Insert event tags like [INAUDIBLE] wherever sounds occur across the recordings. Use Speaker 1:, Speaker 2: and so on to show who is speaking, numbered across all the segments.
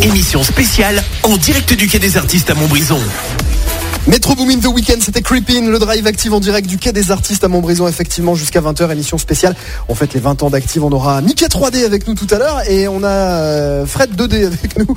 Speaker 1: Émission spéciale en direct du Quai des Artistes à Montbrison.
Speaker 2: Metro Boom in the Weekend, c'était Creepin, le drive active en direct du Quai des Artistes à Montbrison, effectivement, jusqu'à 20h, émission spéciale. En fait, les 20 ans d'active, on aura Mika 3D avec nous tout à l'heure et on a euh, Fred 2D avec nous [LAUGHS]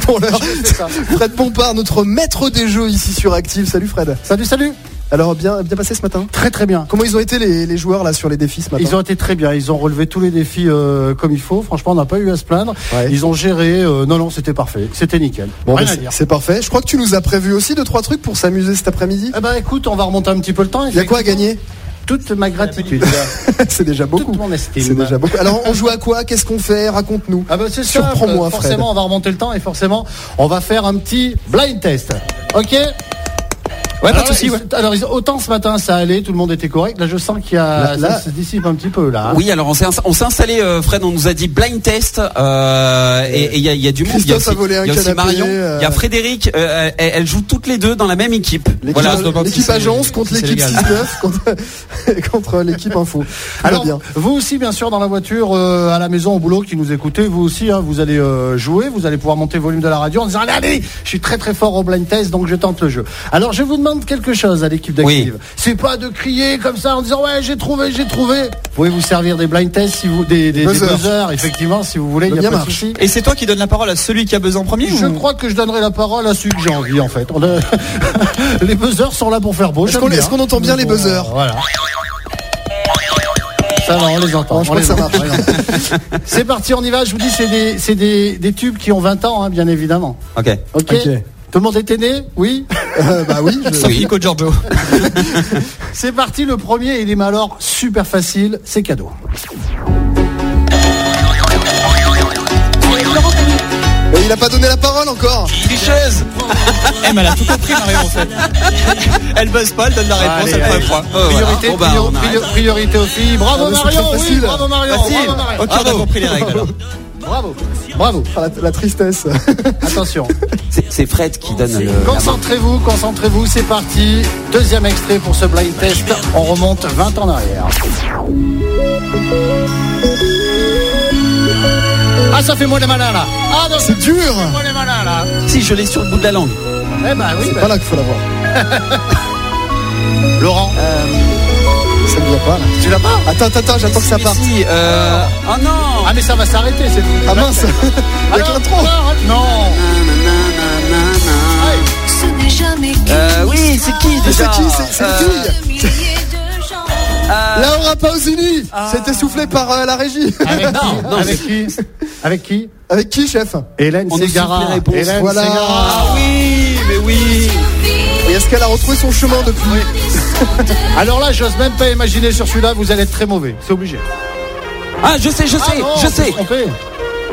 Speaker 2: pour l'heure. [LAUGHS] Fred Pompard, notre maître des jeux ici sur Active. Salut Fred.
Speaker 3: Salut, salut
Speaker 2: Alors, bien, bien passé ce matin
Speaker 3: Très très bien.
Speaker 2: Comment ils ont été les, les joueurs là sur les défis ce matin
Speaker 3: Ils ont été très bien, ils ont relevé tous les défis euh, comme il faut. Franchement, on n'a pas eu à se plaindre.
Speaker 2: Ouais.
Speaker 3: Ils ont géré. euh, non, non, c'était parfait. C'était nickel.
Speaker 2: Bon,
Speaker 3: Rien
Speaker 2: bah,
Speaker 3: à
Speaker 2: c'est-
Speaker 3: dire.
Speaker 2: c'est parfait. Je crois que tu nous as prévu aussi deux, trois trucs pour s'amuser cet après-midi.
Speaker 3: Eh ben écoute, on va remonter un petit peu le temps.
Speaker 2: Il y a quoi à gagner [LAUGHS]
Speaker 3: Toute ma gratitude.
Speaker 2: C'est déjà beaucoup.
Speaker 3: [LAUGHS] Toute mon estime.
Speaker 2: C'est déjà beaucoup. Alors, on joue à quoi Qu'est-ce qu'on fait Raconte-nous.
Speaker 3: Ah ben c'est ça.
Speaker 2: Surprends-moi, Fred.
Speaker 3: Forcément, on va remonter le temps et forcément, on va faire un petit blind test. Ok Ouais,
Speaker 2: pas de souci, ouais.
Speaker 3: Alors, ils- autant ce matin ça allait, tout le monde était correct. Là, je sens qu'il y a.
Speaker 2: Là- là-
Speaker 3: ça se dissipe un petit peu là. hein.
Speaker 4: Ah. Oui, alors on s'est ins- on s'est installé, euh, Fred, on nous a dit blind test, euh, et et il y a, il y a du monde. Il y a
Speaker 2: Christophe a volé un
Speaker 4: il y a aussi
Speaker 2: canapé,
Speaker 4: Marion, il
Speaker 2: euh,
Speaker 4: y a Frédéric, euh, elle, elle joue toutes les deux dans la même équipe.
Speaker 2: L'équipe
Speaker 4: on se demande si
Speaker 2: l'équipe
Speaker 4: c'est-
Speaker 2: agence contre
Speaker 4: si c'est
Speaker 2: l'équipe
Speaker 4: légal.
Speaker 2: 6-9 contre, [LAUGHS] contre l'équipe info. Tout va
Speaker 3: Alors,
Speaker 2: bien.
Speaker 3: vous aussi, bien sûr, dans la voiture, euh, à la maison, au boulot, qui nous écoutez, vous aussi, hein, vous allez euh, jouer, vous allez pouvoir monter le volume de la radio en disant, allez, allez, je suis très très fort au blind test, donc je tente le jeu. Alors, je vous demande quelque chose à l'équipe d'active.
Speaker 4: Oui.
Speaker 3: C'est pas de crier comme ça en disant, ouais, j'ai trouvé, j'ai trouvé. Vous pouvez vous servir des blind tests, si vous, des, des, des
Speaker 2: Buzzers.
Speaker 3: buzzers, effectivement, si vous voulez, il
Speaker 2: Le
Speaker 3: n'y
Speaker 2: mien
Speaker 3: a pas de
Speaker 2: marche.
Speaker 3: souci.
Speaker 4: Et c'est toi qui donne la parole à celui qui a besoin en premier
Speaker 3: Je
Speaker 2: Hmm.
Speaker 4: ou-
Speaker 3: crois que je donnerai la parole à celui que j'ai envie, en fait. On a- [LAUGHS] les buzzers sont là pour faire beau.
Speaker 2: Est-ce
Speaker 3: j'aime
Speaker 2: qu'on-
Speaker 3: bien.
Speaker 2: est-ce qu'on entend bien les
Speaker 3: Bon,
Speaker 2: buzzers
Speaker 3: euh, Voilà. Ça va, on les entend.
Speaker 2: Bon, je crois
Speaker 3: on les
Speaker 2: que ça
Speaker 3: entend, on les entend. c'est parti, on y va. Je vous dis, c'est des, c'est des, des tubes qui ont 20 ans, hein, bien évidemment.
Speaker 4: Ok.
Speaker 3: Ok,
Speaker 2: Ok.
Speaker 3: Tout le monde était né Oui
Speaker 2: Euh, bah oui, je-
Speaker 4: Oui, Nico Giorgio.
Speaker 3: C'est parti, le premier, il est mais alors super facile, c'est cadeau.
Speaker 2: Et il a pas donné la parole encore.
Speaker 4: Tricheuse Eh, Elle a tout compris, Marion, en fait. elle buzz pas, elle donne la réponse,
Speaker 3: Allez,
Speaker 4: elle prend
Speaker 3: allez.
Speaker 4: les points. Oh, voilà.
Speaker 3: Priorité,
Speaker 4: Bon, bah,
Speaker 3: prior-
Speaker 4: on arrête.
Speaker 3: prior- priorité aux filles. Bravo
Speaker 2: Ah, mais c'est
Speaker 3: Marion,
Speaker 2: très
Speaker 3: oui,
Speaker 2: facile.
Speaker 3: bravo Marion,
Speaker 4: Facile.
Speaker 3: bravo Marion.
Speaker 4: Ok, on a Oh, compris les règles. alors.
Speaker 3: Bravo, bravo.
Speaker 2: Ah, La,
Speaker 4: [LAUGHS]
Speaker 2: la tristesse.
Speaker 3: Attention.
Speaker 4: C'est c'est Fred qui donne le. la main.
Speaker 3: Concentrez-vous, concentrez-vous, c'est parti. Deuxième extrait pour ce blind test. On remonte 20 ans en arrière. Ah, ça fait moins les malins là. Ah, non, ça
Speaker 2: C'est dur.
Speaker 3: fait moins les malins là.
Speaker 4: Si, je l'ai sur le bout de la langue.
Speaker 3: Eh ben oui,
Speaker 2: C'est
Speaker 3: ben,
Speaker 2: pas là qu'il faut l'avoir.
Speaker 3: Laurent.
Speaker 2: Ça ne vient pas. là.
Speaker 3: Tu l'as pas
Speaker 2: Attends, attends, attends, j'attends que ça
Speaker 4: Mais
Speaker 2: parte.
Speaker 4: si, euh... Oh non
Speaker 3: Ah, mais ça va s'arrêter, c'est tout.
Speaker 2: Ah mince. [LAUGHS] Il y a que
Speaker 3: Alors,
Speaker 2: l'intro.
Speaker 3: alors, Non. Allez.
Speaker 5: Ce n'est jamais
Speaker 4: Euh, oui, c'est qui
Speaker 2: Mais c'est
Speaker 4: déjà
Speaker 2: qui C'est- C'est
Speaker 4: Euh,
Speaker 2: une fille.
Speaker 4: euh, Ah.
Speaker 2: Laura Pausini. C'était soufflé par euh, la régie.
Speaker 3: Avec qui
Speaker 4: Non,
Speaker 3: Avec qui Avec qui
Speaker 2: [LAUGHS] Avec qui, chef
Speaker 3: Hélène
Speaker 4: On nous
Speaker 3: Ségara.
Speaker 4: souffle les réponses.
Speaker 3: Hélène
Speaker 2: Voilà.
Speaker 3: Ségara.
Speaker 4: Ah oui, mais oui
Speaker 2: Et est-ce qu'elle a retrouvé son chemin depuis
Speaker 3: Alors là, j'ose même pas imaginer sur celui-là, vous allez être très mauvais. C'est obligé.
Speaker 4: Ah, je sais, je sais,
Speaker 3: Ah non,
Speaker 4: je
Speaker 3: vous vous
Speaker 4: sais
Speaker 3: trompez.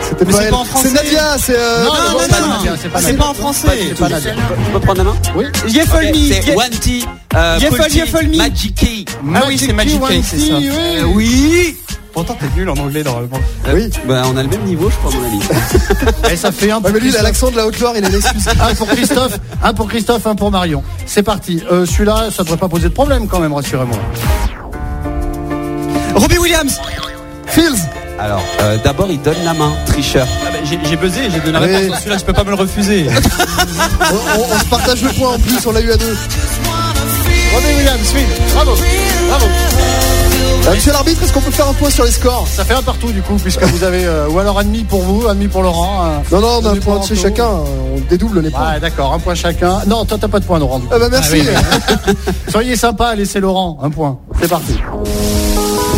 Speaker 2: C'était
Speaker 4: Mais c'est
Speaker 2: elle.
Speaker 4: pas en français.
Speaker 2: C'est Nadia. C'est. euh,
Speaker 3: Non, non,
Speaker 4: Ah,
Speaker 3: non, non, non, c'est pas la-
Speaker 4: en français
Speaker 3: c'est pas la-
Speaker 4: Je peux prendre la main
Speaker 3: Oui.
Speaker 4: Yefol Me C'est One T euh,
Speaker 6: Yefol,
Speaker 4: Cool T,
Speaker 6: Yefol Me.
Speaker 4: Magic Key
Speaker 3: Ah oui, c'est Magic Key, c'est ça.
Speaker 4: Euh, Oui
Speaker 6: Pourtant, t'es nul en anglais normalement.
Speaker 2: Oui.
Speaker 4: Bah, on a le même niveau, je crois, à mon
Speaker 3: [LAUGHS]
Speaker 4: avis
Speaker 3: Et Eh, ça fait un
Speaker 2: Ouais,
Speaker 3: pour,
Speaker 2: mais lui, il a
Speaker 3: Christophe,
Speaker 2: l'accent de la Haute-Loire.
Speaker 4: [LAUGHS]
Speaker 2: Il est né suisse.
Speaker 3: un pour Christophe, un pour Christophe, un pour Marion. C'est parti. Euh, Celui-là, ça devrait pas poser de problème quand même, rassurez-moi.
Speaker 4: Robbie Williams
Speaker 2: Fields.
Speaker 4: Alors, euh, d'abord, il donne la main, tricheur
Speaker 6: j'ai j'ai buzzé, j'ai donné la
Speaker 2: Oui.
Speaker 6: réponse. Celui-là, je peux pas me le refuser.
Speaker 2: On, [LAUGHS] on- on se partage le point en plus. On l'a eu à deux.
Speaker 3: Robbie Williams, oui. Bravo. Bravo.
Speaker 2: Euh, Monsieur l'arbitre, est-ce qu'on peut faire un point sur les scores
Speaker 3: Ça fait un partout du coup, puisque vous avez euh, ou alors un demi pour vous, un demi pour Laurent.
Speaker 2: Non, non, on a un
Speaker 3: Donnez
Speaker 2: point
Speaker 3: pour
Speaker 2: entier
Speaker 3: Anto.
Speaker 2: chacun. On dédouble les points.
Speaker 3: Ouais, d'accord, un point chacun. Non, toi t'as pas de point Laurent. du coup.
Speaker 2: Ah bah merci.
Speaker 3: Soyez sympa, laissez Laurent un point. C'est parti.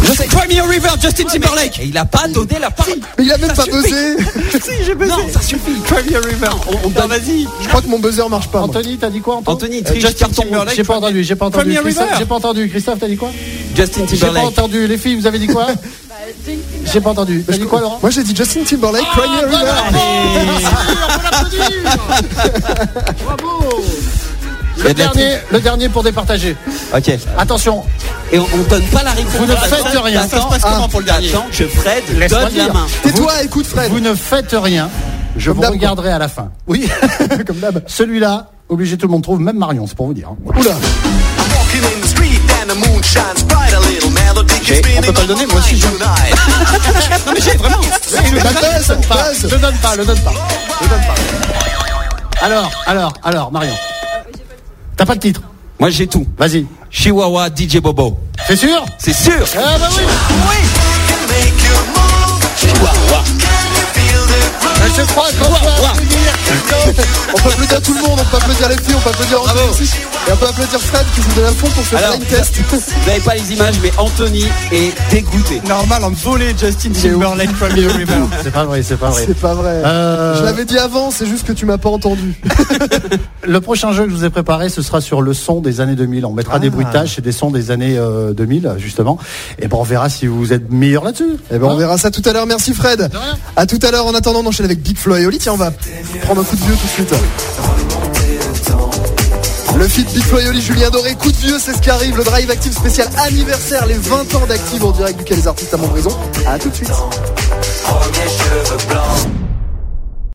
Speaker 4: Je sais Cry Me a River, Justin Timberlake Et il a pas donné la parole
Speaker 2: [LAUGHS] Mais il a même
Speaker 4: Ça
Speaker 3: [LAUGHS]
Speaker 2: pas
Speaker 4: suffit.
Speaker 2: buzzé.
Speaker 4: Si, j'ai buzzé Non, ça suffit Cry Me a River On, on donne... vas-y
Speaker 2: Je crois que mon buzzer marche pas. moi.
Speaker 3: Anthony, t'as dit quoi Anto Euh,
Speaker 4: Anthony, triche,
Speaker 6: Justin
Speaker 4: carton rouge.
Speaker 6: Timberlake.
Speaker 3: J'ai pas entendu, j'ai pas entendu.
Speaker 6: Premier
Speaker 3: Christophe,
Speaker 6: river.
Speaker 3: J'ai pas entendu. Christophe, t'as dit quoi
Speaker 4: Justin
Speaker 3: J'ai pas
Speaker 4: Timberlake
Speaker 3: entendu. Les filles, vous avez dit quoi [LAUGHS] J'ai pas entendu. T'as dit quoi, Laurent Ah,
Speaker 2: Moi j'ai dit Justin Timberlake, Cry Me a River.
Speaker 4: Il y
Speaker 3: Le
Speaker 4: a de la
Speaker 3: dernier, le dernier pour départager.
Speaker 4: Ok.
Speaker 3: Attention,
Speaker 4: Et on, on donne pas la réponse.
Speaker 3: Vous ne faites
Speaker 4: Attends,
Speaker 3: rien.
Speaker 4: attends,
Speaker 3: Ça se passe
Speaker 4: attends,
Speaker 6: comment pour le dernier
Speaker 4: Attends que Fred
Speaker 3: Laisse-moi
Speaker 4: donne la
Speaker 3: dire.
Speaker 4: main.
Speaker 2: Tais-toi, écoute Fred.
Speaker 3: vous ne faites rien. Je
Speaker 2: Comme
Speaker 3: vous
Speaker 2: d'hab,
Speaker 3: regarderai à la fin. Oui.
Speaker 2: [LAUGHS] Comme d'hab.
Speaker 3: hein. [LAUGHS] Celui-là, obligé tout le monde trouve, même Marion, c'est pour vous dire.
Speaker 2: Oula.
Speaker 5: Walking in the street and the moon shines bright. A little melody
Speaker 6: Mais
Speaker 5: keeps
Speaker 6: on peut
Speaker 5: spinning
Speaker 6: pas le
Speaker 5: on my
Speaker 6: donner, moi aussi,
Speaker 5: mind
Speaker 6: je-
Speaker 5: tonight.
Speaker 6: Non, mais j'ai vraiment.
Speaker 3: Bah, passe, passe.
Speaker 2: Ne donne pas, ne donne pas.
Speaker 3: Alors, alors, alors, Marion. T'as pas de titre
Speaker 4: Moi j'ai tout.
Speaker 3: Vas-y.
Speaker 4: Chihuahua, DJ Bobo.
Speaker 3: C'est sûr
Speaker 4: C'est sûr
Speaker 3: Ah bah oui
Speaker 5: Can make you move. Can you feel the groove?
Speaker 3: Je crois qu'on va finir.
Speaker 2: On peut applaudir tout le monde, on peut applaudir les filles, on peut applaudir Anthony aussi. Et on peut applaudir Fred qui se donne à fond pour ce
Speaker 4: Alors,
Speaker 2: blind test.
Speaker 3: [LAUGHS]
Speaker 4: vous n'avez pas les images, mais Anthony est dégoûté.
Speaker 6: Normal, on volait Justin Timberlake from the
Speaker 4: [LAUGHS]
Speaker 6: river.
Speaker 3: C'est pas vrai, c'est pas vrai.
Speaker 2: C'est pas vrai.
Speaker 3: Euh,
Speaker 2: Je l'avais dit avant, c'est juste que tu m'as pas entendu.
Speaker 3: Le prochain jeu que je vous ai préparé, ce sera sur le son des années 2000. On mettra des bruitages, c'est des sons des années euh, 2000, justement. Et ben on verra si vous êtes meilleur là-dessus.
Speaker 2: Eh ben, on verra ça tout à l'heure. Merci Fred.
Speaker 3: rien.
Speaker 2: À tout à l'heure. En attendant, on enchaîne avec Big Flo et Oli. Tiens, on va prendre un coup de vieux tout de suite. Le feat Big Flo et Oli, Julien Doré, coup de vieux, c'est ce qui arrive. Le Drive Active spécial anniversaire, les 20 ans d'Active en direct du Quai des Artistes à Montbrison. À tout de suite.
Speaker 5: Prends mes cheveux blancs.